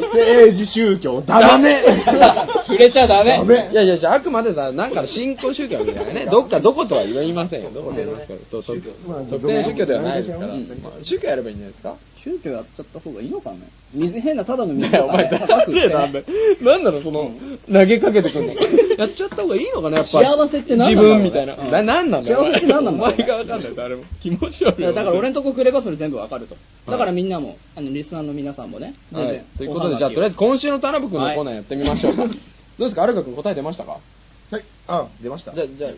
ね。政治宗教ダメ 触れちゃダメダメいやいやいや、あくまでさ、なんかの信仰宗教みたいなね、どっかどことは言いませんよ、どこで言いますけど、そうそうまあ特定の宗教ではないですから、うんまあ宗教やればいいんじゃないですか。宗教やっちゃった方がいいのかね水変なただの水いやお前、高くなんてでなんで、なんなの、その、投げかけてくるの。やっちゃった方がいいのかな、やっぱり。幸せって何自なんだろうね分みたいな。うんな、なんなんだよ。幸せって何なんだおろう前がわかんない、誰も。気持ち悪いいよ。やだから俺のとこくればそれ全部わかるとだからはいみんなもあのリスナーの皆さんもね全は然い、ということで、じゃあ、とりあえず今週の田辺君のコーナーやってみましょうか。どうですか、アルカ君答え出ましたかはい。あ、出ましじた。ゃあ、じゃあ、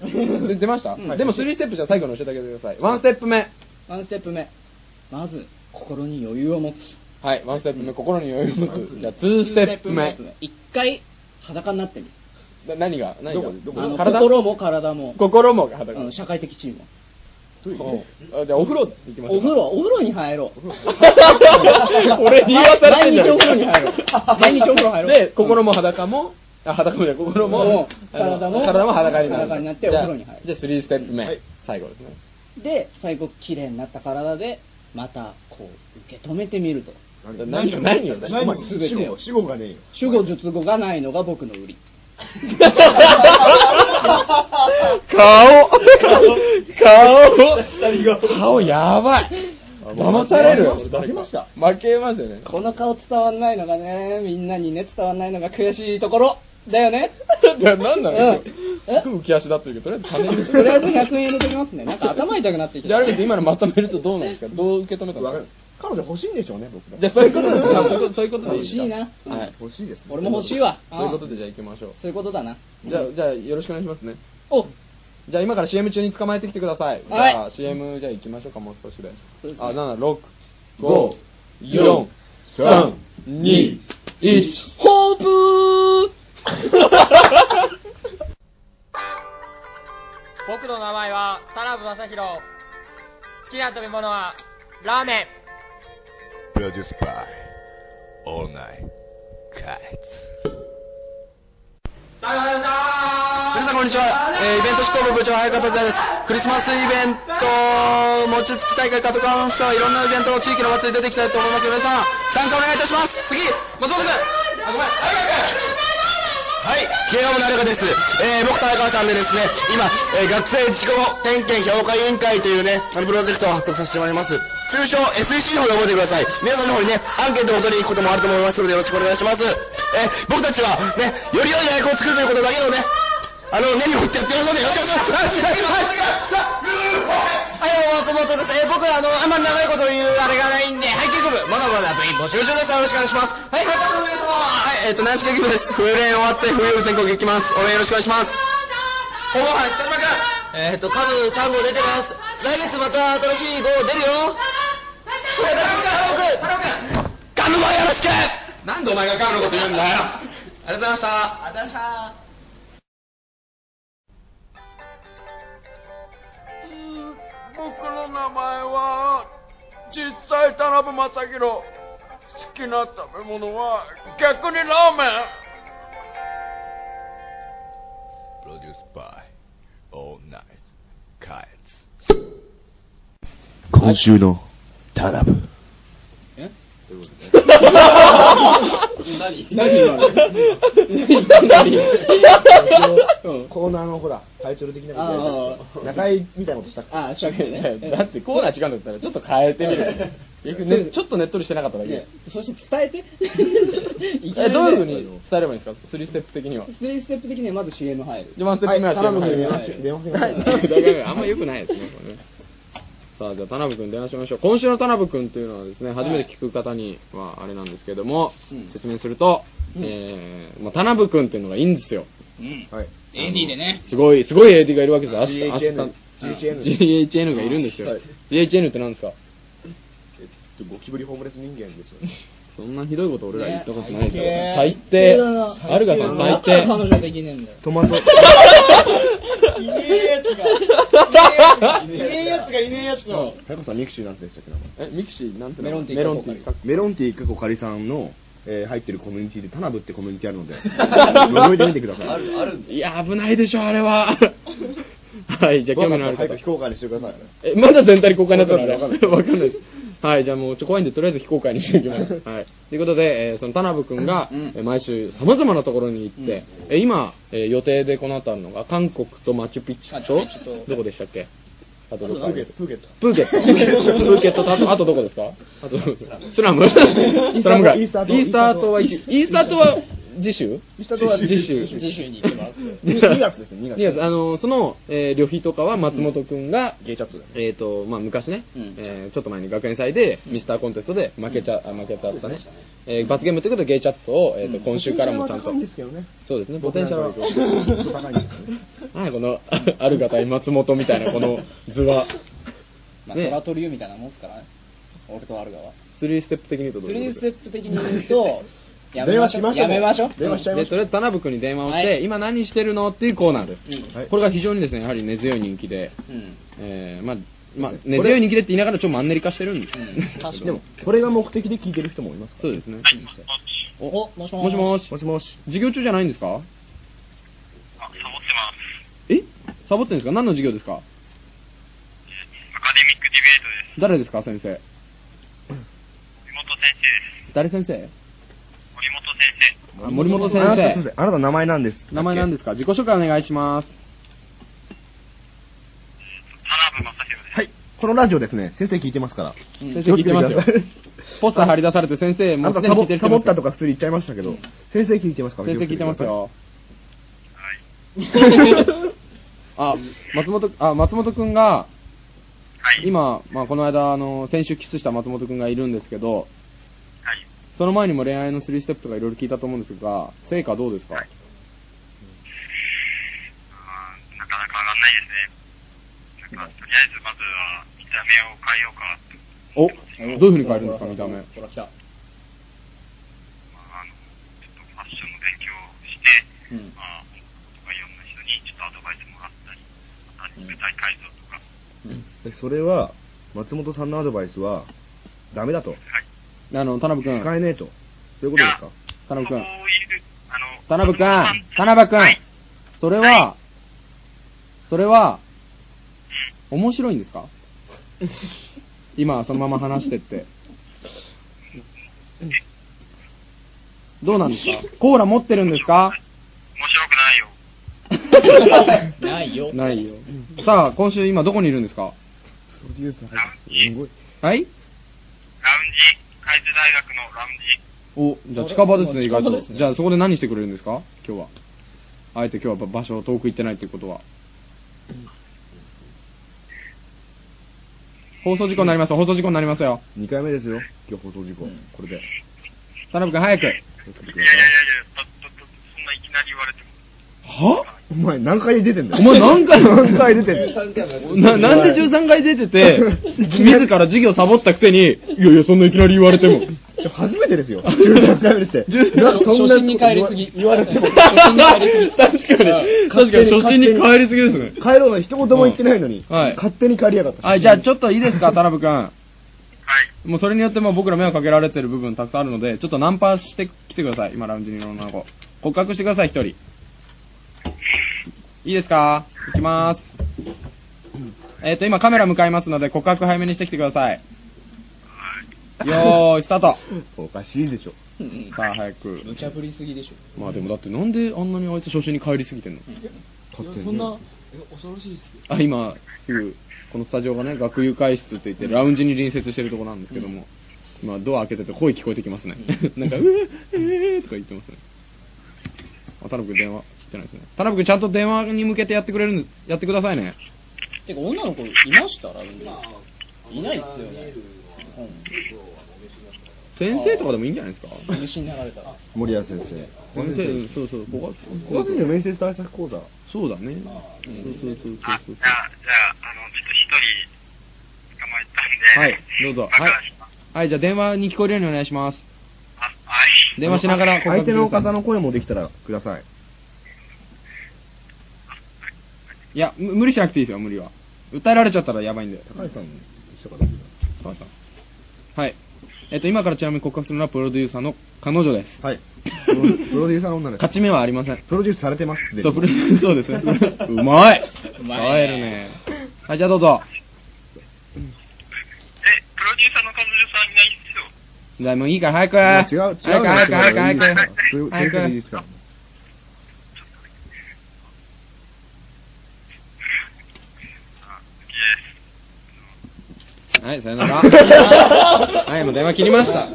で出ましたうんでも3ステップじゃあ最後に教えてあげてください。1ステップ目。ワンステップ目まず心に余裕を持つはい、1ステップ目、心に余裕を持つ。じゃあ、2ステップ目。一回裸になってみるな何が何がどこあの体心も体も心もあ裸の社会的地位もあじゃあ、お風呂行きましょう。お風呂お風呂に入ろう 俺に言わされて毎んじゃ日んお風呂に入ろ う毎日お風呂入ろうで、心も裸も、あ裸もじゃない心も、うん体もあの体も裸になる。裸になってお風呂に入るじゃあ、じゃあ3ステップ目はい。最後ですね。で最後綺麗になった体でまたこう受け止めてみると何よ、何よ、何よ。全て死後、死後がねえよ。主語術語がないのが僕の売り顔顔顔やばい騙されるよ負けました負けますよねこの顔伝わんないのがねみんなにね伝わんないのが悔しいところだよね 何なのようんすぐ浮き足だってるけどとりあえず金入れてとりあえず100円入れてきますねなんか頭痛くなってきじゃああたるけど今のまとめるとどうなんです かどう受け止めたの彼女欲しいんでしょうね、僕らじゃあそういうことで そういうことでいいですか欲しいなはい欲しいですね。俺も欲しいわ そういうことでじゃあ行きましょうそういうことだなじゃあじゃあよろしくお願いしますねおじゃあ今から CM 中に捕まえてきてください。じはいゃあ CM じゃあ行きましょうか、もう少しで。そうですねあ、7、6、5五、 4、3、2、1、ホープ僕の名前は田辺正宏好きな食べ物はラーメンプロデュースバイオールナイカイツ皆さんこんにちは、えーイベント執行部部長早川達也ですクリスマスイベント餅つき大会カトカンスターいろんなイベント地域の祭り出てきたいと思います皆さん参加お願いいたします次松本君あごめん早川君はい、慶応部の中です、えー、僕と早川さんでですね、今、えー学生自己点検評価委員会というね、あのプロジェクトを発足させてもらいます。通称 SEC の方で覚えてください。皆さんの方にね、アンケートを取りに行くこともあると思いますので、よろしくお願いします。えー僕たちはね、より良い大学を作るということだけをね、あの、根に持ってやってるので、よろしくお願いします。はい、はい、松本です。えー僕はあの、あんまり長いこと言うあれがないんで、はい、結局、まだまだ部員募集中です。よろしくお願いします。はい、はい、お願いします。はい、えっ、と、軟式劇部です。冬連終わって、冬全国行きます。応援よろしくお願いします。ほぼはい、北島君。えっ、と、カブ3号出てます。来月また新しい号出るよ。これだけか、太郎君。カブもよろしくなんでお前がカブのこと言うんだよ。ありがとうございました。ありがとうございました。僕の名前は実際田辺正宏好きな食べ物は逆にラーメンプロデュースバイオールナイカイツ今週のタラブ。何今のコーナーのほら、タイトル的なあことやりたい中井みたいなことしたっけああしゃ べるねねだってコーナー違うんだったらちょっと変えてみ る結局ねちょっとねっとりしてなかっただけねそして伝えて えどういうふうに伝えればいいんですか3ステップ的にはスリーステップ的にはまず CM 入るじゃあワンステップ目ははい田辺君はいは電話しい電話しはないい田辺君電話あんま良くないですねこれねさあじゃあ田辺君電話しましょう今週の田辺君というのはですね初めて聞く方にはあれなんですけども、うん説明すると、うんえーまあ、田辺君っていうのがいいんですようんはい。 AD でねすごいすごい AD がいるわけですよあ GHN あ GHN GHN がいるんですよ、はい GHN って何ですかゴキブリホームレス人間ですよね。そんなひどいこと俺ら言ったことないですよね最そう低だなあるがさんだ最から低彼女できねえんだよト マト。いねえやつがいねえやつがいねえやつが早川さん、ミクシーなんてでしたっけ名前えミクシーなんて名前メロンテメロンティーィーかメロンティーかこかりさんの、えー入ってるコミュニティで、タナブってコミュニティあ るので、覗いてみてください。あるあるんだいや危ないでしょあれはあはい、じゃあ興味のある早く方非。公開にしてくださいね。え、まだ全体公開になったのわかんないわかんないです。はい、じゃあもうちょ怖いんで、とりあえず非公開にしておきます。はい。ということで、えーその田辺くんが、えー毎週様々なところに行って、えー今、えー予定でこの後あるのが、韓国とマチュピチュとマチュピチュ、とどこでしたっけあとどこプーケットプーケットプーケ ット。プーケットとあと、あとどこですかあと、スラムイースター島スラム街。イイースター島ースター島は行き、イースター島は次週イースター島は次週。次週次週に行きます。に2月ですね、2月。いやあのその、えー旅費とかは松本くんが、ゲイチャットでね。えーとまあ、昔ね、うんえーちょっと前に学園祭でミスターコンテストで負けちゃ,、あ負けちゃったね、えー罰ゲームということでゲイチャットを、えーと今週からもちゃんと、高いんですけどね。そうですねポテンシャルは僕らの場合ちょっと高いんですけどね。はいこのあるがたい松本みたいなこの図はまあ、ねトラトリューみたいなもんですからね。俺とアルガは。 3ステップ的に言うとどういう3こスとですかテップ的に言うと、やめ電ま話ししょまう。しょう。やめましょう。電話しちゃいまでしとょりあう。えず田辺君に電話をして、はい今何してるのっていうコーナーです、うんはいこれが非常にですねやはり根強い人気で、うん。えーまあまあ、根強い人気でって言いながらちょっとマンネリ化してるんです、うん確かにでもこれが目的で聞いてる人もいますかそうら。ですね、お、もしももしもし。し。もしもし。授業中じゃないんですかえサボってんですか何の授業ですかアカデミックディベートです。誰ですか、先生。森本先生です。誰先生森本先生。あ森本先あなた名前なんです。生。名前何ですか自己紹介お願いします。はい。このラジオですね、先生聞いてますから。先生聞いてますよ気をつけください。ポスター貼り出されて先生、あもなうすたでサに聞ボいてる人サボったとか。か普通に言っちゃいましたけど、先生聞いてますから。先生聞いてますよ。 あ、松本、あ、松本くんが、今、まあ、この間、あの、先週キスした松本くんがいるんですけど、その前にも恋愛の3ステップとかいろいろ聞いたと思うんですが、成果どうですか、なかなか上がんないですね。なんか、とりあえずまずは見た目を変えようかと。お、どういうふうに変えるんですか、見た目。ほら来た。まあ、あの、ちょっとファッションの勉強をして、うん。まあ、とかいろんな人にちょっとアドバイスもらったり、また舞台改造とか、でそれは、松本さんのアドバイスは、ダメだと。あの、田辺くん、使田えねえと。そういうことですか辺くそん、ういう、あの、田辺くん、田辺くん、それは、それは、面白いんですか今、そのまま話してって。どうなんですかコーラ持ってるんですか面白くないよ。ないよ。ないよ。さあ、今週今どこにいるんですかプロデュース入ってすごい。はラウンいジ、海津大学のラウンジ、お、じゃあ近場ですあね、れ意外近場とです。ねじゃあそこで何してくれるんですか今日は。あえて今日は場所遠く行ってないということは。放送事故になりますよ、放送事故になりますよ。 2回目ですよ、今日放送事故。これで。田辺君早く。気をつけていくやだいさやいい。やいや、だだだそんないきなり言われても。。はお前何回出てんだおよ。前何回何回出 てんだよ。 13回もななんで13回出てて、自ら授業サボったくせに、いやいや、そんないきなり言われても。ちょ初めてですよ。13回目にして。な初そん心なに帰りすぎ。言われても。初心に帰りすぎ。 確かに、確かに初心に帰りすぎですね。帰ろうの一言も言ってないのに、うんはい勝手に帰りやがった。はい、じゃあちょっといいですか、田辺君。はいもうそれによってもう僕ら迷惑かけられてる部分たくさんあるので、ちょっとナンパしてきてください、今ラウンジにいる女の子。告白してください、一人。いいですか行きまーす。えっ、ー、と、今カメラ向かいますので、告白早めにしてきてください。よーい、スタート。おかしいでしょ。うんさあ、早く。無茶ぶりすぎでしょ。まあでもだってなんであんなにあいつ初心に帰りすぎてんの勝手に。あ今すぐこのスタジオがね学友会室って言ってラウンジに隣接してるとこなんですけども、今ドア開けてて声聞こえてきますね、 なんか「うええー」とか言ってますねあ田辺君電話切ってないですね田辺君ちゃんと電話に向けてやってくれるんでやってくださいねてか、女の子いましたラウンジいないっすよね。先生とかでもいいんじゃないですかうん。虫になられたら。森谷先生。先生そうそうここ高校生の面接対策講座。そうだねそうそうそあ、うそうじそうゃあ、じゃあ、あの、ちょっと一人捕まえたんで。はいどうぞまたはいしますはいじゃあ電話に聞こえるようにお願いしますあはい。電話しながら告白相してく手だのさい方の声もできたらください。いやむ無理しなくていいですよ無理は訴えられちゃったらやばいんで高橋さん、一緒かなはい。えっと、今からちなみに告白するのはプロデューサーの彼女です。はい。プロプロデューサーの女です。勝ち目はありません。プロデュースされてます、すでにそうプロそうですね。うまいうまいね吠えるね。はい、じゃあどうぞ。え、プロデューサーの彼女さんいないっすよ。じゃあもういいから早く。違う、違う。早く早く早く早く。そういう、そうい早うことでいいくです。かはい、さよなら。はい、もう電話切りました。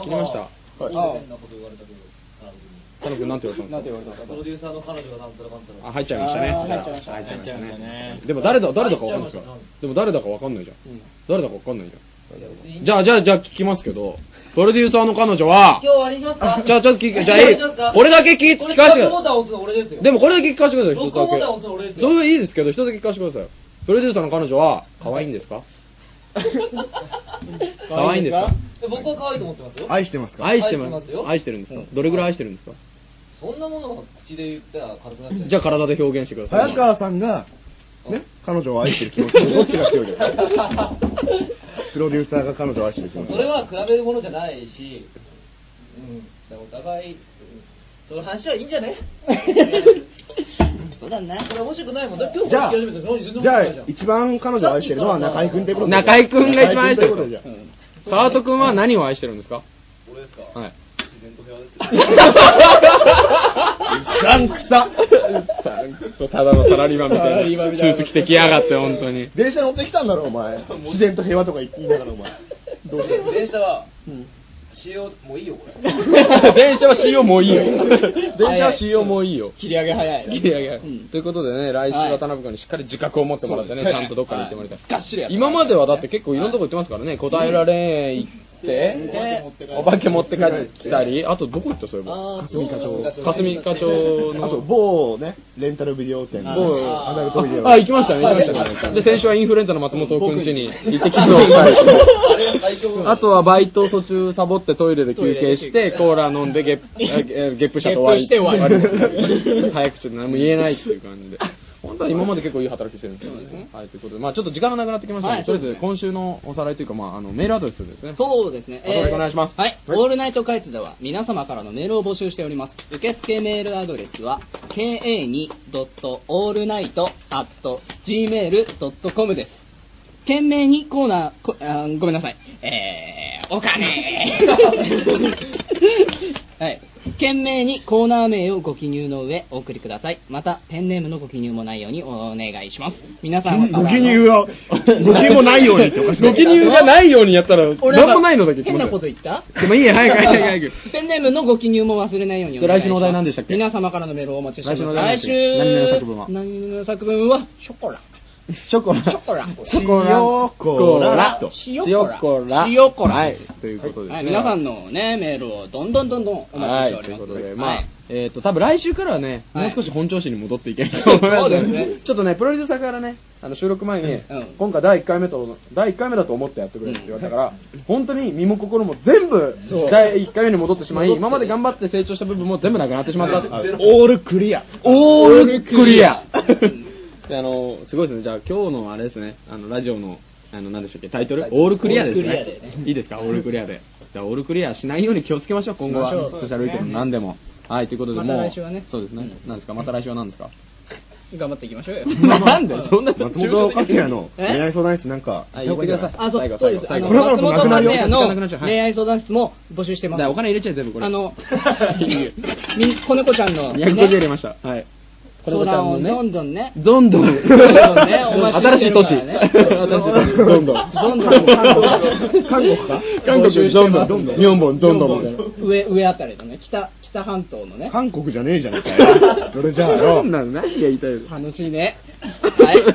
切りました。なんか変なこと言われたけど、あ彼女なんて言われたんですかプロデューサーの彼女がなんたらかんたら。あ、入っちゃいましたね。あー入っちゃいました入っちゃいました入っちゃいましたねね。でも誰だ、誰だかわかんないですか入っちゃいまでも誰だかわかんないじゃんうん。誰だかわかんないじ別ゃん。にじゃあ、じゃあ、じゃあ聞きますけど、プロデューサーの彼女今は日、終わりにしますかじゃあちょっと聞いてじゃあいい俺だけ聞いて俺聞かせてスタートボタン押すの俺ですよ。でもこれだけ聞かせてください、一つ録音ボタン押すのだ俺でけ。すどよ。ういいですけど、一つだけ聞かせてください。プロデューサーの彼女は、可愛いんです か可愛いんですか僕は可愛いと思ってますよ。愛してますか愛してま愛してますす。よ愛してるんですかどれぐらい愛してるんですかそんなものを口で言ったら軽くなっちゃう。じゃあ体で表現してくださ早い。川さんが、ね、彼女を愛してる気持ち、どっちが強いですかプロデューサーが彼女を愛してる気持 ち。それは比べるものじゃないし、うん、だからお互い、うんその話はいいんじゃね そうだな。これ面白くないもん。だって今日じゃ聞あ、き始めたのに全然面じゃあ白くないじゃん。一番彼女を愛してるのは中井君ってことで中井くんが一番愛してる中井君ってことでじゃ川戸くんは何を愛してるんですか俺ですかはい。自然と平和ですガンクサただのサラリーマンみたいな。スーツ着てきやがって、本当 にあ。電車乗ってきたんだろ、お前。自然と平和とか言いながら、お前。どうよ。電車は、使 用、もういいよ、これ。電車は CO もういいよ。電車は CO もういいよ。切り上げ早い。切り上げ、うんということでね、来週はい渡辺君にしっかり自覚を持ってもらってね、そうですちゃんとどっかに行ってもらいたい。はいがっしりやってもら今いたまでいはだって結構いろんなとこ行ってますからね、答えられん行って、お化け持って帰ってきたり、あとどこ行ったそういえば。霞霞ヶ課町長。霞課長の。あと、某ね、レンタルビデオ店の某アナルトビデオ。あ、行きましたね、行きましたね。で、先週はインフルエンザの松本君家に行ってキスをしたりとか。あとはバイトを途中サボってトイレで休憩して、コーラ飲んでゲップ、えゲップしたと終わり。ゲップして終わり早口で何も言えないっていう感じで。本当は今まで結構いい働きしてるんですよね。はい、ということで、まあちょっと時間がなくなってきましたのはで、いとりあえず今週のおさらいというか、まああの、メールアドレスですね。そうですね。お届けお願いしますはい。オールナイトカイツでは皆様からのメールを募集しております。受付メールアドレスは ka2.allnight.gmail.com です。懸命にコーナー、こあーごめんなさい。えー、お 金はい。懸命にコーナー名をご記入の上お送りください。また、ペンネームのご記入もないようにお願いします。皆さんはご記入は、ご記入もないようにっておかしい。ご記入がないようにやったら、俺なんもないのだけ変なこと言ったでもいいや、早く早く早く。ペンネームのご記入も忘れないようにお願い来します。週のお題何でしたっけ皆様からのメールをお待ちしております。来来週週のお題何でしたっけ何々の作文はショ コラ。ショコラ。ショコラ。ショコラ。塩ショココラ。ラ。塩コラ。ははいい。。ということですね。皆さんのね、メールをどんどんどんどんおは待ちしてい、とおりいまうす。ことで、まはあい、えっと、多分来週からはね、はもいう少し本調子に戻っていけると思います。そうですね ちょっとね、プロデューサーからね、あの収録前にん、今回第1回目と、第一回目だと思ってやってくれって言われたからうん、本当に身も心も全部そう、第1回目に戻ってしまい、戻って今まで頑張って成長した部分も全部なくなってしまった。オールクリア。オールクリアうんであの、すごいですね。じゃあ今日のあれですね、あの、ラジオの、あの、何でしたっけ、タイトルオールクリアですオールねクリアで。ねいいですか、オールクリアで。じゃあオールクリアしないように気をつけましょう、今後はしましょ。うスペシャルウィークも何でも。はい、ということで、まもたう。来週はねそうですね。なんですか、また来週は何ですか。頑張っていきましょうよ。 なんだよ、そんな松本克也のえ恋愛相談室なんか、はい言ってくださいあ、そう最後そうです。あ最後の、これは松もうなく本な和るよ也なくなっちゃうのはい恋愛相談室も募集してだまかすら。お金入れちゃえ、全部これ。あの、 み子猫ちゃんのね、 250入れました。はい。これち相ゃんのね談をどんどんね、どんどん。どんどんね お新待ちししている都か市。らね 新しい都市。どん どん。どんどん韓国か韓募集国、してどんどまん。すどんどん。日本本、どんどんみたいな。上、上あたりのね、北、北半島のね、韓国じゃねえじゃねえか よ。それじゃあよ。なの何が言いたいの楽しいね。はい。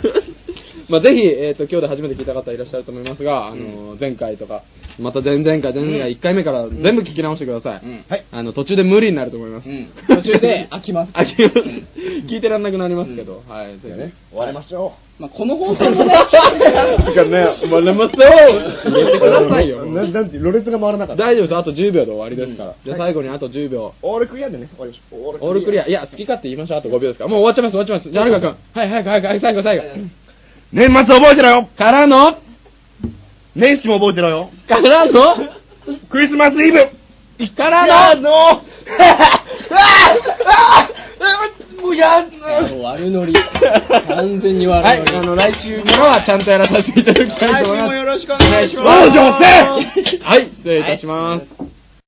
まあぜひ、えー、と今日で初めて聞いた方いらっしゃると思いますが、あのー前回とか、また前々回、前々うん回、1回目から全部聞き直してください、うんはいあの途中で無理になると思います、うん途中 で飽きます飽きます聞いてらんなくなりますけど、はい、ぜひね、終わりましょまあ、この放送もね、だからね、お前らもそうう。入れてくださいよ、ななんて、ろれつが回らなかった。大丈夫です、あと10秒で終わりですから、じゃあ最後にあと10秒、オールクリアでね、終わりましょう。オールクリア、いや、好き勝手言いましょう、あと5秒ですから、もう終わっちゃいます、終わっちゃいます、じゃあ、はるか君、はい、早く、早く、早く最後、最後、年末覚えてろよからの、年始も覚えてろよからの、クリスマスイブからの、のうやん悪ノリ。完全に悪ノリ。はい、あの、来週からはちゃんとやらさせていただきたいと思います。来週もよろしくお願いします。お女性はい、失礼いたします。